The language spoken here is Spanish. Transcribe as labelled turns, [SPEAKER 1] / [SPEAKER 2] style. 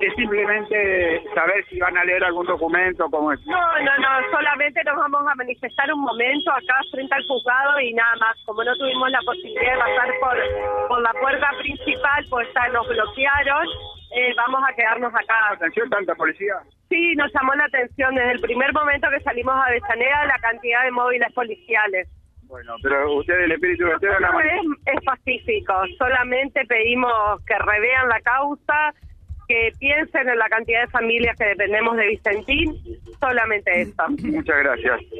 [SPEAKER 1] es simplemente saber si van a leer algún documento, como es.
[SPEAKER 2] No, no, no, solamente nos vamos a manifestar un momento acá frente al juzgado y nada más. Como no tuvimos la posibilidad de pasar por, por la puerta principal, pues ya nos bloquearon, eh, vamos a quedarnos acá.
[SPEAKER 1] ¿Atención tanta policía?
[SPEAKER 2] Sí, nos llamó la atención desde el primer momento que salimos a Avellaneda la cantidad de móviles policiales.
[SPEAKER 1] Bueno, pero usted el espíritu de usted la
[SPEAKER 2] No, es, es pacífico, solamente pedimos que revean la causa, que piensen en la cantidad de familias que dependemos de Vicentín, solamente eso.
[SPEAKER 1] Muchas gracias.